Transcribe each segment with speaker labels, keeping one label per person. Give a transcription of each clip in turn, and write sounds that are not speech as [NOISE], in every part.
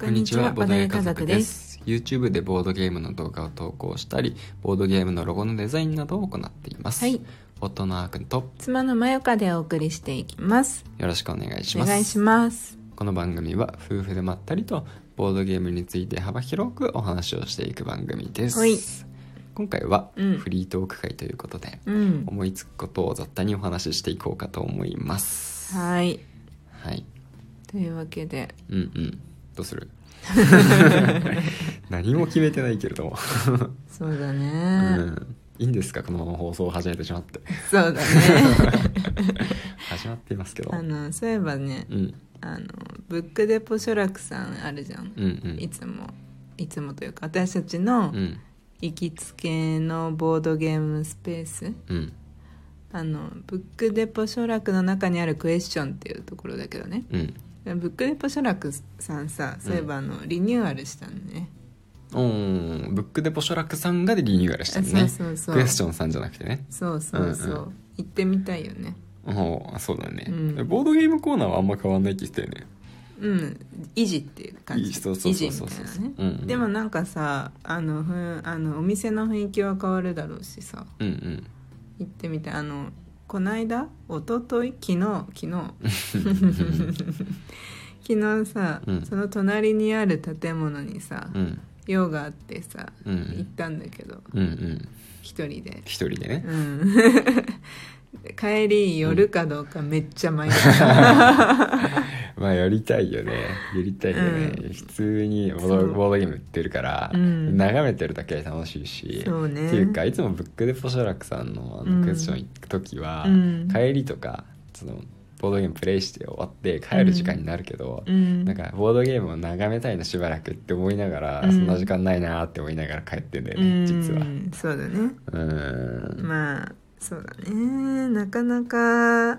Speaker 1: こんにちは、ボードゲー家
Speaker 2: 家
Speaker 1: 族で。す。YouTube でボードゲームの動画を投稿したり、ボードゲームのロゴのデザインなどを行っています。
Speaker 2: はい、
Speaker 1: 夫のあーくんと
Speaker 2: 妻のまよかでお送りしていきます。
Speaker 1: よろしくお願いし
Speaker 2: お
Speaker 1: ます。
Speaker 2: 願いします。
Speaker 1: この番組は夫婦でまったりとボードゲームについて幅広くお話をしていく番組です。
Speaker 2: はい
Speaker 1: 今回は
Speaker 2: うん
Speaker 1: フリートーク会ということで、
Speaker 2: うん。
Speaker 1: 思いつくことを雑多にお話ししていこうかと思います。
Speaker 2: はい。
Speaker 1: はい。
Speaker 2: というわけで、
Speaker 1: うんうん。どうする [LAUGHS] 何も決めてないけれども。
Speaker 2: そうだ
Speaker 1: う
Speaker 2: ね。
Speaker 1: ん、いいんですかこのまま放送を始めてしまって
Speaker 2: [LAUGHS]
Speaker 1: [LAUGHS]
Speaker 2: そうだね。
Speaker 1: 始まっていますけど、う
Speaker 2: あ
Speaker 1: ん、
Speaker 2: の、そういえばね、
Speaker 1: うん
Speaker 2: あの、ブックデポ書楽さんあるじゃん。
Speaker 1: うんうん
Speaker 2: いつも、いつもというか、私たちの
Speaker 1: うん
Speaker 2: 行きつけのボードゲームスペース。
Speaker 1: うん
Speaker 2: あのブックデポ書楽の中にあるクエスチョンっていうところだけどね
Speaker 1: うん
Speaker 2: ブックデポ書楽さんさそういえばあの、リニューアルしたのね
Speaker 1: おーブックデポショラクさんがリニューアルしたのね
Speaker 2: あそうそうそう
Speaker 1: クエスチョンさんじゃなくてね
Speaker 2: そうそうそう、
Speaker 1: うんう
Speaker 2: 行ってみたいよね
Speaker 1: おーそうだね、
Speaker 2: うん
Speaker 1: ボードゲームコーナーはあんま変わんないって言ってたよね
Speaker 2: うん維持っていう感
Speaker 1: い
Speaker 2: じ
Speaker 1: いそうそうそう
Speaker 2: 維持
Speaker 1: そ
Speaker 2: み
Speaker 1: う
Speaker 2: たいなね、
Speaker 1: うんうん
Speaker 2: でもなんかさあのふんあのお店の雰囲気は変わるだろうしさ
Speaker 1: うんうん
Speaker 2: 行ってみたいあのこないだ一昨日昨日
Speaker 1: [LAUGHS]
Speaker 2: 昨日昨日さ、
Speaker 1: うん
Speaker 2: その隣にある建物にさ、
Speaker 1: うん
Speaker 2: 用があってさ、
Speaker 1: うんうん
Speaker 2: 行ったんだけど
Speaker 1: うんうん
Speaker 2: 一人で、
Speaker 1: 一人でね
Speaker 2: うん、 [LAUGHS] 帰り寄るかどうかめっちゃ迷
Speaker 1: [LAUGHS]
Speaker 2: った、
Speaker 1: まあやりたいよねやりたいよね、
Speaker 2: う
Speaker 1: 普通にボー
Speaker 2: そ
Speaker 1: ド
Speaker 2: う
Speaker 1: ボードゲーム売ってるから、
Speaker 2: うん
Speaker 1: 眺めてるだけで楽しいし
Speaker 2: そうね
Speaker 1: っていうかいつもブックでポシャラクさんのあ
Speaker 2: うん
Speaker 1: のクエスチョン行く時は、
Speaker 2: うん
Speaker 1: 帰りとかそのボードゲームプレイして終わって帰る時間になるけど、
Speaker 2: うん、
Speaker 1: なんかボードゲームを眺めたいのしばらくって思いながら、
Speaker 2: うん
Speaker 1: そんな時間ないなーって思いながら帰ってんだよ
Speaker 2: う
Speaker 1: ね、
Speaker 2: ん
Speaker 1: 実は。
Speaker 2: そうだね
Speaker 1: うーん
Speaker 2: まあそうだねなかなか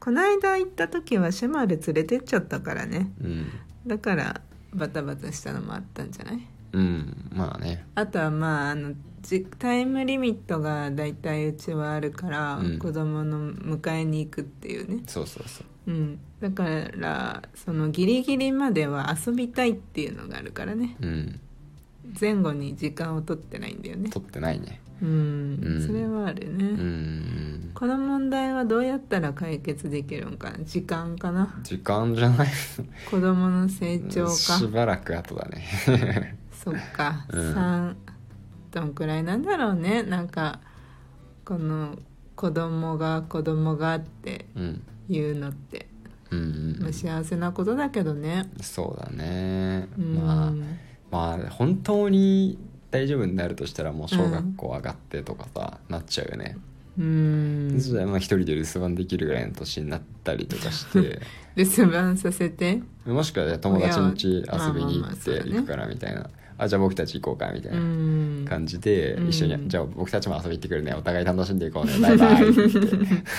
Speaker 2: こないだ行った時はシェマール連れてっちゃったからね
Speaker 1: うん、
Speaker 2: だからバタバタしたのもあったんじゃない
Speaker 1: うん、まあね
Speaker 2: あとはまああのじタイムリミットがだいたいうちはあるから、
Speaker 1: うん
Speaker 2: 子供の迎えに行くっていうね、
Speaker 1: そうそうそう
Speaker 2: うん、だからそのギリギリまでは遊びたいっていうのがあるからね
Speaker 1: うん
Speaker 2: 前後に時間を取ってないんだよね
Speaker 1: 撮ってないね
Speaker 2: うん、
Speaker 1: うん
Speaker 2: それはあるね、
Speaker 1: うん
Speaker 2: この問題はどうやったら解決できるんかな時間かな
Speaker 1: 時間じゃない
Speaker 2: 子供の成長か
Speaker 1: しばらく後だね
Speaker 2: [LAUGHS] そっか、
Speaker 1: うん
Speaker 2: 3どんくらいなんだろうねなんかこの子供が子供がって
Speaker 1: うん
Speaker 2: いうのって、
Speaker 1: うんう
Speaker 2: まあ、
Speaker 1: ん
Speaker 2: 幸せなことだけどね
Speaker 1: そうだね
Speaker 2: うん、
Speaker 1: まあまあ本当に大丈夫になるとしたらもう小学校上がってとかさ、なっちゃうよね、
Speaker 2: うん
Speaker 1: そしたらまあ一人で留守番できるぐらいの年になったりとかして
Speaker 2: 留守番させて
Speaker 1: もしくはじゃあ友達の家遊びに
Speaker 2: まあまあま
Speaker 1: 行
Speaker 2: あ
Speaker 1: っ
Speaker 2: そ
Speaker 1: て
Speaker 2: うだね
Speaker 1: 行くからみたいなあじゃあ僕たち行こうかみたいうなん感じで
Speaker 2: うん
Speaker 1: 一緒に、じゃあ僕たちも遊び行ってくるねお互い楽しんでいこうねバイバイって言って
Speaker 2: [LAUGHS]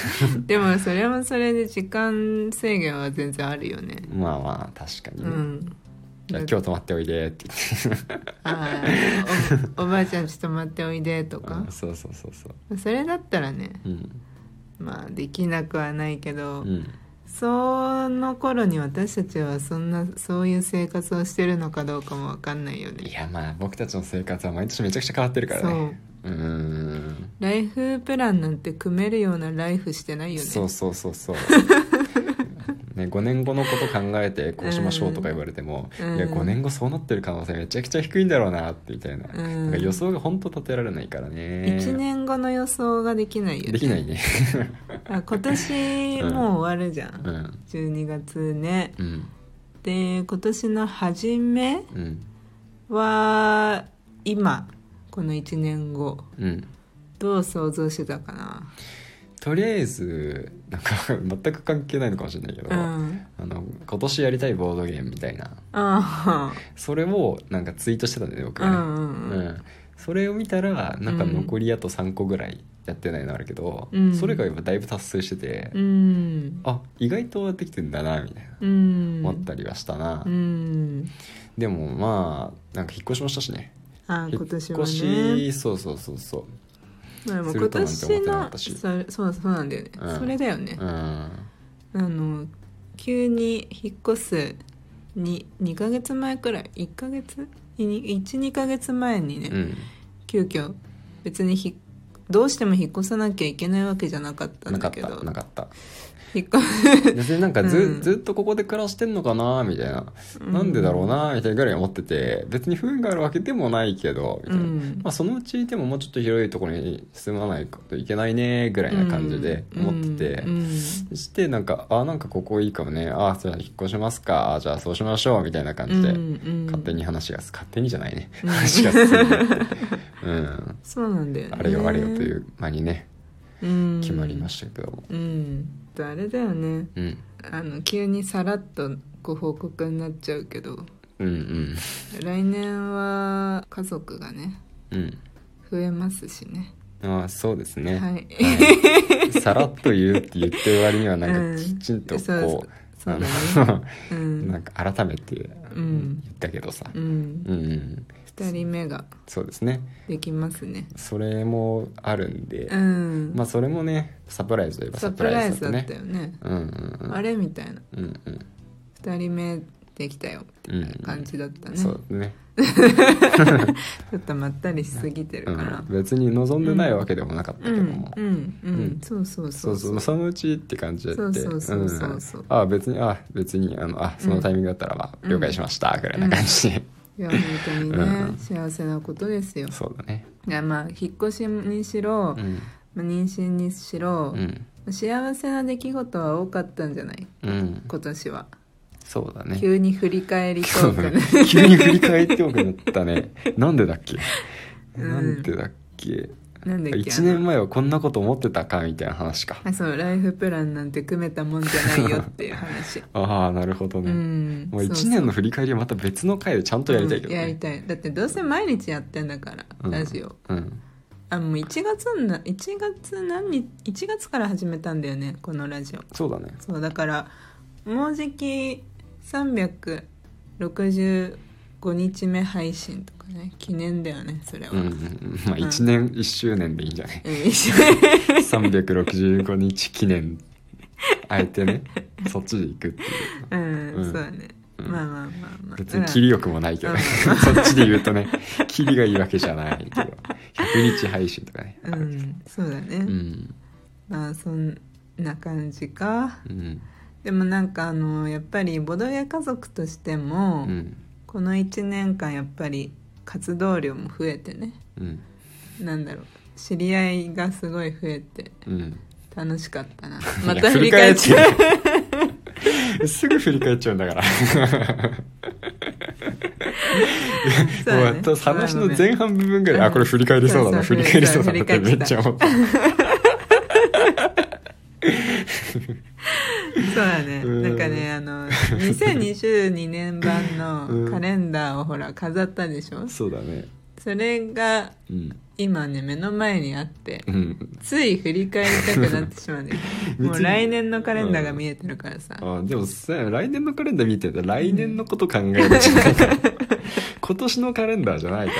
Speaker 2: でもそれもそれで時間制限は全然あるよね
Speaker 1: まあまあ確かに
Speaker 2: う
Speaker 1: ね、
Speaker 2: ん
Speaker 1: じゃあ今日泊まっておいでって言って
Speaker 2: あーおおばあちゃんち泊まっておいでとか
Speaker 1: うんそうそうそうそう
Speaker 2: それだったらね
Speaker 1: うん
Speaker 2: まあできなくはないけど、
Speaker 1: うん
Speaker 2: その頃に私たちはそんなそういう生活をしてるのかどうかもわかんないよ
Speaker 1: い
Speaker 2: ね
Speaker 1: やまあ僕たちの生活は毎年めちゃくちゃ変わってるからねうーん
Speaker 2: ライフプランなんて組めるようなライフしてないよね
Speaker 1: そうそうそ
Speaker 2: [LAUGHS]
Speaker 1: うそうね、5年後のこと考えてこうしましょうとか言われても、
Speaker 2: うん
Speaker 1: いや5年後そうなってる可能性めちゃくちゃ低いんだろうなってみたいな,、
Speaker 2: うん
Speaker 1: なんか予想が本当立てられないからね
Speaker 2: 1年後の予想ができないよね
Speaker 1: できないね
Speaker 2: あ今年もう終わるじゃん、
Speaker 1: うん
Speaker 2: 12月ね
Speaker 1: うん
Speaker 2: で今年の初め
Speaker 1: うん
Speaker 2: は今この1年後
Speaker 1: うん
Speaker 2: どう想像してたかな
Speaker 1: とりあえずなんか全く関係ないのかもしれないけど、
Speaker 2: うん
Speaker 1: あの今年やりたいボードゲームみたいな
Speaker 2: あ
Speaker 1: それをなんかツイートしてたんだよね僕
Speaker 2: あう
Speaker 1: がね、
Speaker 2: んうんうん
Speaker 1: うんそれを見たらなんか
Speaker 2: うん
Speaker 1: 残りあと3個ぐらいやってないのあるけど、
Speaker 2: うん
Speaker 1: それがやっぱだいぶ達成してて、
Speaker 2: うん
Speaker 1: あ意外とできてんだなみたい
Speaker 2: う
Speaker 1: な
Speaker 2: ん
Speaker 1: 思ったりはしたな、
Speaker 2: うん
Speaker 1: でもまあなんか引っ越しもしたしね
Speaker 2: あ今年は
Speaker 1: 引っ
Speaker 2: ね
Speaker 1: 越しそうそうそうそう
Speaker 2: まあもう
Speaker 1: する
Speaker 2: 今
Speaker 1: となんて思っ
Speaker 2: 年
Speaker 1: てなかっ
Speaker 2: の
Speaker 1: たし
Speaker 2: それそうそうなんだよね、
Speaker 1: う
Speaker 2: [LAUGHS]
Speaker 1: ん
Speaker 2: それだよね
Speaker 1: う、ん
Speaker 2: あの急に引っ越すに2ヶ月前くらい1ヶ月12ヶ月前にね、
Speaker 1: うん
Speaker 2: 急遽別にひどうしても引っ越さなきゃいけないわけじゃなかったん
Speaker 1: な
Speaker 2: だ
Speaker 1: かっ
Speaker 2: け
Speaker 1: た
Speaker 2: ど
Speaker 1: なか
Speaker 2: [LAUGHS]
Speaker 1: った
Speaker 2: 引っ越
Speaker 1: 別になんかず,、
Speaker 2: うん
Speaker 1: ずっとここで暮らしてんのかなみたいな、なんでだろうなみたいなぐらい思ってて別に不運があるわけでもないけどみたいな、
Speaker 2: うん
Speaker 1: まあ、そのうちでももうちょっと広いところに住まないといけないねぐらいな感じで思ってて、
Speaker 2: うんうん
Speaker 1: そしてなんかあなんかここいいかもねあじゃあ引っ越しますかあじゃあそうしましょうみたいな感じで、
Speaker 2: うん
Speaker 1: 勝手に話が勝手にじゃないね、
Speaker 2: うん
Speaker 1: 話が進んで
Speaker 2: [LAUGHS]
Speaker 1: うん
Speaker 2: そうなんだよね
Speaker 1: あれよあれよという間にね
Speaker 2: うん
Speaker 1: 決まりましたけども
Speaker 2: うんあれだよね
Speaker 1: うん
Speaker 2: あの急にさらっとご報告になっちゃうけど
Speaker 1: うんうん
Speaker 2: 来年は家族がね
Speaker 1: うん
Speaker 2: 増えますしね
Speaker 1: ああそうですね、
Speaker 2: はい
Speaker 1: はいさらっと言うって言ってる割にはな
Speaker 2: うんん
Speaker 1: かきちんとこ
Speaker 2: そうそう
Speaker 1: う
Speaker 2: そうだね
Speaker 1: あの
Speaker 2: う
Speaker 1: なん
Speaker 2: ん、
Speaker 1: か改めて
Speaker 2: うん
Speaker 1: 言ったけどさ、
Speaker 2: う、
Speaker 1: うんんうん、
Speaker 2: 2人目が
Speaker 1: そうですね
Speaker 2: できますね
Speaker 1: それもあるんで、
Speaker 2: うん、
Speaker 1: まあそれもねサプライズといえばサ
Speaker 2: サ
Speaker 1: プ
Speaker 2: プ
Speaker 1: ラ
Speaker 2: ラ
Speaker 1: イ
Speaker 2: イ
Speaker 1: ズ
Speaker 2: ズ
Speaker 1: だ
Speaker 2: だ
Speaker 1: っ
Speaker 2: った
Speaker 1: ね
Speaker 2: たよね、
Speaker 1: うんうんうん
Speaker 2: あれみたいな
Speaker 1: うんうん
Speaker 2: 2人目できたよ
Speaker 1: うんうん
Speaker 2: 感じだったね、
Speaker 1: そうですね、
Speaker 2: ちょっとまったりしすぎて
Speaker 1: う
Speaker 2: るから
Speaker 1: ん、別に望んでないわけでもなかった
Speaker 2: う
Speaker 1: けども
Speaker 2: ん、うんう
Speaker 1: うん
Speaker 2: んそうそうそ
Speaker 1: そううそうまあそのうちって感じで、
Speaker 2: そうそうそうそうそうん
Speaker 1: ああ別にああ別にあのあそのタイミングだったらまあ
Speaker 2: うん
Speaker 1: 了解しましたぐらいな感じで、
Speaker 2: いや本当にね、
Speaker 1: うん
Speaker 2: 幸せなことですよ
Speaker 1: そうだね
Speaker 2: いやまあ引っ越しにし
Speaker 1: う
Speaker 2: ろ、
Speaker 1: ん
Speaker 2: まあ妊娠にしろ、
Speaker 1: うん
Speaker 2: 幸せな出来事は多かったんじゃない
Speaker 1: うん
Speaker 2: 今年は
Speaker 1: そうだね
Speaker 2: 急に振り返りトークね
Speaker 1: 急に振り返って多くなったねなんでだっけ、
Speaker 2: うん
Speaker 1: なんでだっけ
Speaker 2: [LAUGHS] なんだっけ
Speaker 1: 1年前はこんなこと思ってたかみたいな話か
Speaker 2: あそうライフプランなんて組めたもんじゃないよっていう
Speaker 1: [LAUGHS]
Speaker 2: 話
Speaker 1: ああなるほど
Speaker 2: う
Speaker 1: ね、
Speaker 2: ん
Speaker 1: もう
Speaker 2: そうそ
Speaker 1: 1年の振り返りはまた別の回でちゃんとやりたいけど
Speaker 2: うんやり
Speaker 1: ね、
Speaker 2: たいだってどうせ毎日やってんだから、
Speaker 1: うん
Speaker 2: ラジオ
Speaker 1: うん
Speaker 2: あもう1月な1月何日1月から始めたんだよねこのラジオ
Speaker 1: そうだね
Speaker 2: そうだからもうじき365日目配信とかね記念だよねそれは、
Speaker 1: うんうんうんまあ1年1周年でいいんじゃない
Speaker 2: うん一緒
Speaker 1: 365日記念あえてねそっちで行くっていう
Speaker 2: うん、
Speaker 1: うん
Speaker 2: そうだね、
Speaker 1: うん
Speaker 2: まあまあまあまあ
Speaker 1: 別に切りよくもないけどね [LAUGHS] そっちで言うとね切りがいいわけじゃないけど100日配信とかねあ
Speaker 2: う
Speaker 1: る
Speaker 2: んそうだね、
Speaker 1: うん
Speaker 2: まあそんな感じか
Speaker 1: うん
Speaker 2: でもなんかあのやっぱりボドゲ家族として
Speaker 1: う
Speaker 2: も、
Speaker 1: ん
Speaker 2: この1年間やっぱり活動量も増えてね
Speaker 1: うん
Speaker 2: なんだろう知り合いがすごい増えて
Speaker 1: うん
Speaker 2: 楽しかった
Speaker 1: [LAUGHS]
Speaker 2: ない
Speaker 1: や
Speaker 2: また振り返っちゃう
Speaker 1: 振り返っちゃうすぐ振り返っちゃうんだか
Speaker 2: [LAUGHS]
Speaker 1: ら
Speaker 2: そうだね
Speaker 1: もう話の前半部分ぐらいあこれ振り返りそうだな
Speaker 2: そ
Speaker 1: 振
Speaker 2: うそう
Speaker 1: り返りそうだなって
Speaker 2: 振り返
Speaker 1: めっ
Speaker 2: っ
Speaker 1: ち
Speaker 2: ちゃ
Speaker 1: ゃ
Speaker 2: う
Speaker 1: 思った
Speaker 2: そうだね
Speaker 1: うん
Speaker 2: なんかねあの2022年版
Speaker 1: うん
Speaker 2: のカレンダーをほら飾ったでしょ
Speaker 1: そうだね
Speaker 2: それが
Speaker 1: うん
Speaker 2: 今ね目の前にあって
Speaker 1: うん
Speaker 2: つい振り返りたくなってしま
Speaker 1: [LAUGHS]
Speaker 2: うんだけどもう来年のカレンダーが見えてるからさ、
Speaker 1: あでもさ来年のカレンダー見てたら来年のこと考え
Speaker 2: [LAUGHS]
Speaker 1: るじゃないから今年のカレンダーじゃないか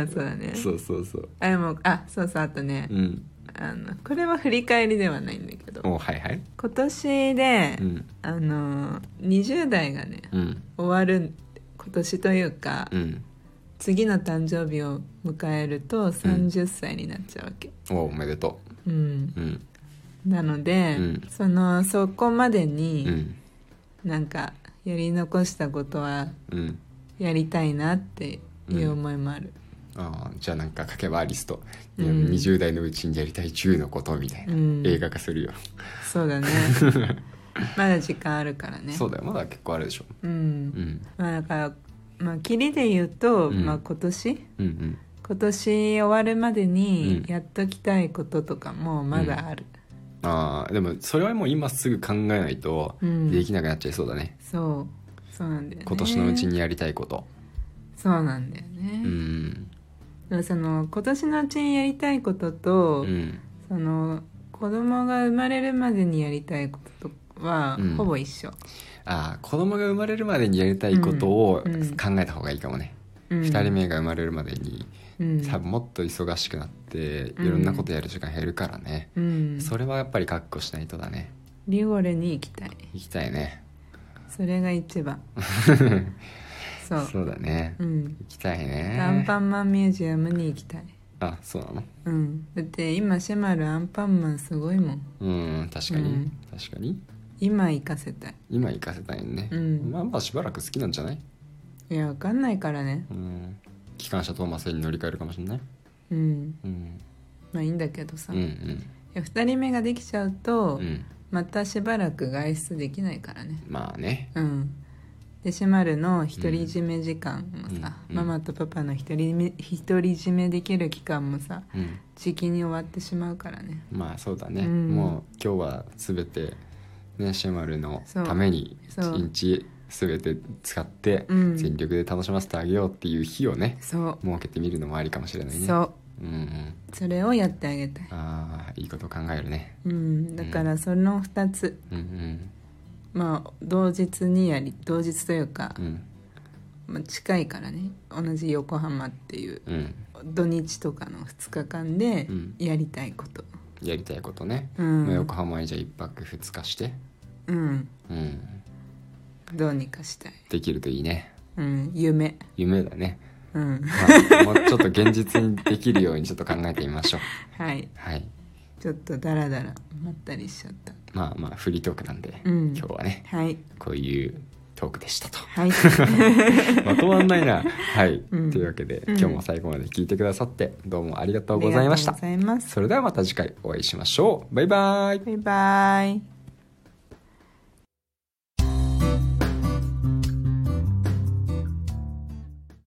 Speaker 2: あ
Speaker 1: ね
Speaker 2: あそうだね
Speaker 1: そうそうそう
Speaker 2: あでもあそうそうあとね、
Speaker 1: うん
Speaker 2: あのこれは振り返りではないんだけど
Speaker 1: おはいはい
Speaker 2: 今年で、
Speaker 1: うん
Speaker 2: あの20代がね
Speaker 1: うん
Speaker 2: 終わる今年というか、
Speaker 1: うん
Speaker 2: 次の誕生日を迎えると30歳になっちゃうわけ、
Speaker 1: おおめでと
Speaker 2: うん
Speaker 1: ううん
Speaker 2: なので、
Speaker 1: うん
Speaker 2: そのそこまで
Speaker 1: う
Speaker 2: に
Speaker 1: ん
Speaker 2: なんかやり残したことは
Speaker 1: うん
Speaker 2: やりたいなっていう思いもある、
Speaker 1: あーじゃあなんか書けばリスト、
Speaker 2: うん
Speaker 1: 20代のうちにやりたい10のことみたいな、
Speaker 2: うん
Speaker 1: 映画化するよ、
Speaker 2: そう
Speaker 1: [LAUGHS]
Speaker 2: だねまだ時間あるからね
Speaker 1: そうだよまだ結構あるでしょ、
Speaker 2: うん、
Speaker 1: うん、
Speaker 2: まあだからまあ切りで言うと、
Speaker 1: うん
Speaker 2: まあ、今年
Speaker 1: うんうん
Speaker 2: 今年終わるまでに
Speaker 1: うん
Speaker 2: やっときたいこととかもまだある、
Speaker 1: ああでもそれはもう今すぐ考えないと
Speaker 2: うん
Speaker 1: できなくなっちゃいそうだね、
Speaker 2: そうそうなんだよね
Speaker 1: 今年のうちにやりたいこと
Speaker 2: そうなんだよね
Speaker 1: う、ん
Speaker 2: でもその今年のうちにやりたいことと、
Speaker 1: うん
Speaker 2: その子供が生まれるまでにやりたいこととは
Speaker 1: うん
Speaker 2: ほぼ一緒、
Speaker 1: ああ子供が生まれるまでにやりたいことを
Speaker 2: うんうん
Speaker 1: 考えた方がいいかもね、
Speaker 2: うん
Speaker 1: 2人目が生まれるまでに
Speaker 2: うん
Speaker 1: 多分もっと忙しくなってい
Speaker 2: うん
Speaker 1: ろんなことやる時間減るからね、
Speaker 2: うん
Speaker 1: それはやっぱり確保しないとだね
Speaker 2: リゴレに行きたい
Speaker 1: 行きたいね
Speaker 2: それが一
Speaker 1: [LAUGHS]
Speaker 2: 番そう
Speaker 1: そうだね、
Speaker 2: うん
Speaker 1: 行きたいね
Speaker 2: アンパンマンミュージアムに行きたい
Speaker 1: あそうなの
Speaker 2: うんだって今シェマルアンパンマンすごいもん
Speaker 1: うん確かに、
Speaker 2: うん
Speaker 1: 確かに
Speaker 2: 今行かせたい
Speaker 1: 今行かせたいね、
Speaker 2: うん
Speaker 1: まあまあしばらく好きなんじゃない
Speaker 2: いやわかんないからね
Speaker 1: うん機関車トーマスに乗り換えるかもしれない、
Speaker 2: うん
Speaker 1: うん、
Speaker 2: まあいいんだけどさ、
Speaker 1: うんう
Speaker 2: い
Speaker 1: ん
Speaker 2: や2人目ができちゃうと、
Speaker 1: うん
Speaker 2: またしばらく外出できないからね
Speaker 1: まあね
Speaker 2: うんでシェマルの独り占め時間もさ、
Speaker 1: うん
Speaker 2: ママとパパの独りめ独り占めできる期間もさ
Speaker 1: うん
Speaker 2: 時期に終わってしまうからね
Speaker 1: まあそうだね、
Speaker 2: うん
Speaker 1: もう今日は全てねシェマルの
Speaker 2: そう
Speaker 1: ために一
Speaker 2: そう
Speaker 1: 日全て使って
Speaker 2: うん
Speaker 1: 全力で楽しませてあげようっていう日をね
Speaker 2: そう
Speaker 1: 設けてみるのもありかもしれないね
Speaker 2: そう
Speaker 1: うんうん
Speaker 2: それをやってあげたい
Speaker 1: ああいいこと考えるね
Speaker 2: うんだからその2つ
Speaker 1: うん
Speaker 2: まあ同日にやり同日というか
Speaker 1: う、ん
Speaker 2: まあ、近いからね同じ横浜っていう
Speaker 1: うんうん
Speaker 2: 土日とかの2日間で
Speaker 1: うん
Speaker 2: やりたいこと
Speaker 1: やりたいことね、
Speaker 2: うん、
Speaker 1: まあ横浜へじゃあ一泊二日して
Speaker 2: うん、
Speaker 1: うん
Speaker 2: どうにかしたい、
Speaker 1: できるといいね
Speaker 2: うん、夢
Speaker 1: 夢だね、
Speaker 2: うん
Speaker 1: まあ、もうちょっと現実にできるようにちょっと考えてみましょう
Speaker 2: はい
Speaker 1: はい
Speaker 2: ちょっとダラダラまったりしちゃった
Speaker 1: まあまあフリートークなんで、
Speaker 2: うん
Speaker 1: 今日はね
Speaker 2: はい
Speaker 1: こういうトークでしたと
Speaker 2: はい
Speaker 1: まとまんないなはい、
Speaker 2: うん
Speaker 1: というわけで
Speaker 2: うん
Speaker 1: 今日も最後まで聞いてくださってどうもあ [LAUGHS] りがとうございました
Speaker 2: ありがとうございます
Speaker 1: それではまた次回お会いしましょうバイバイ
Speaker 2: バイバイ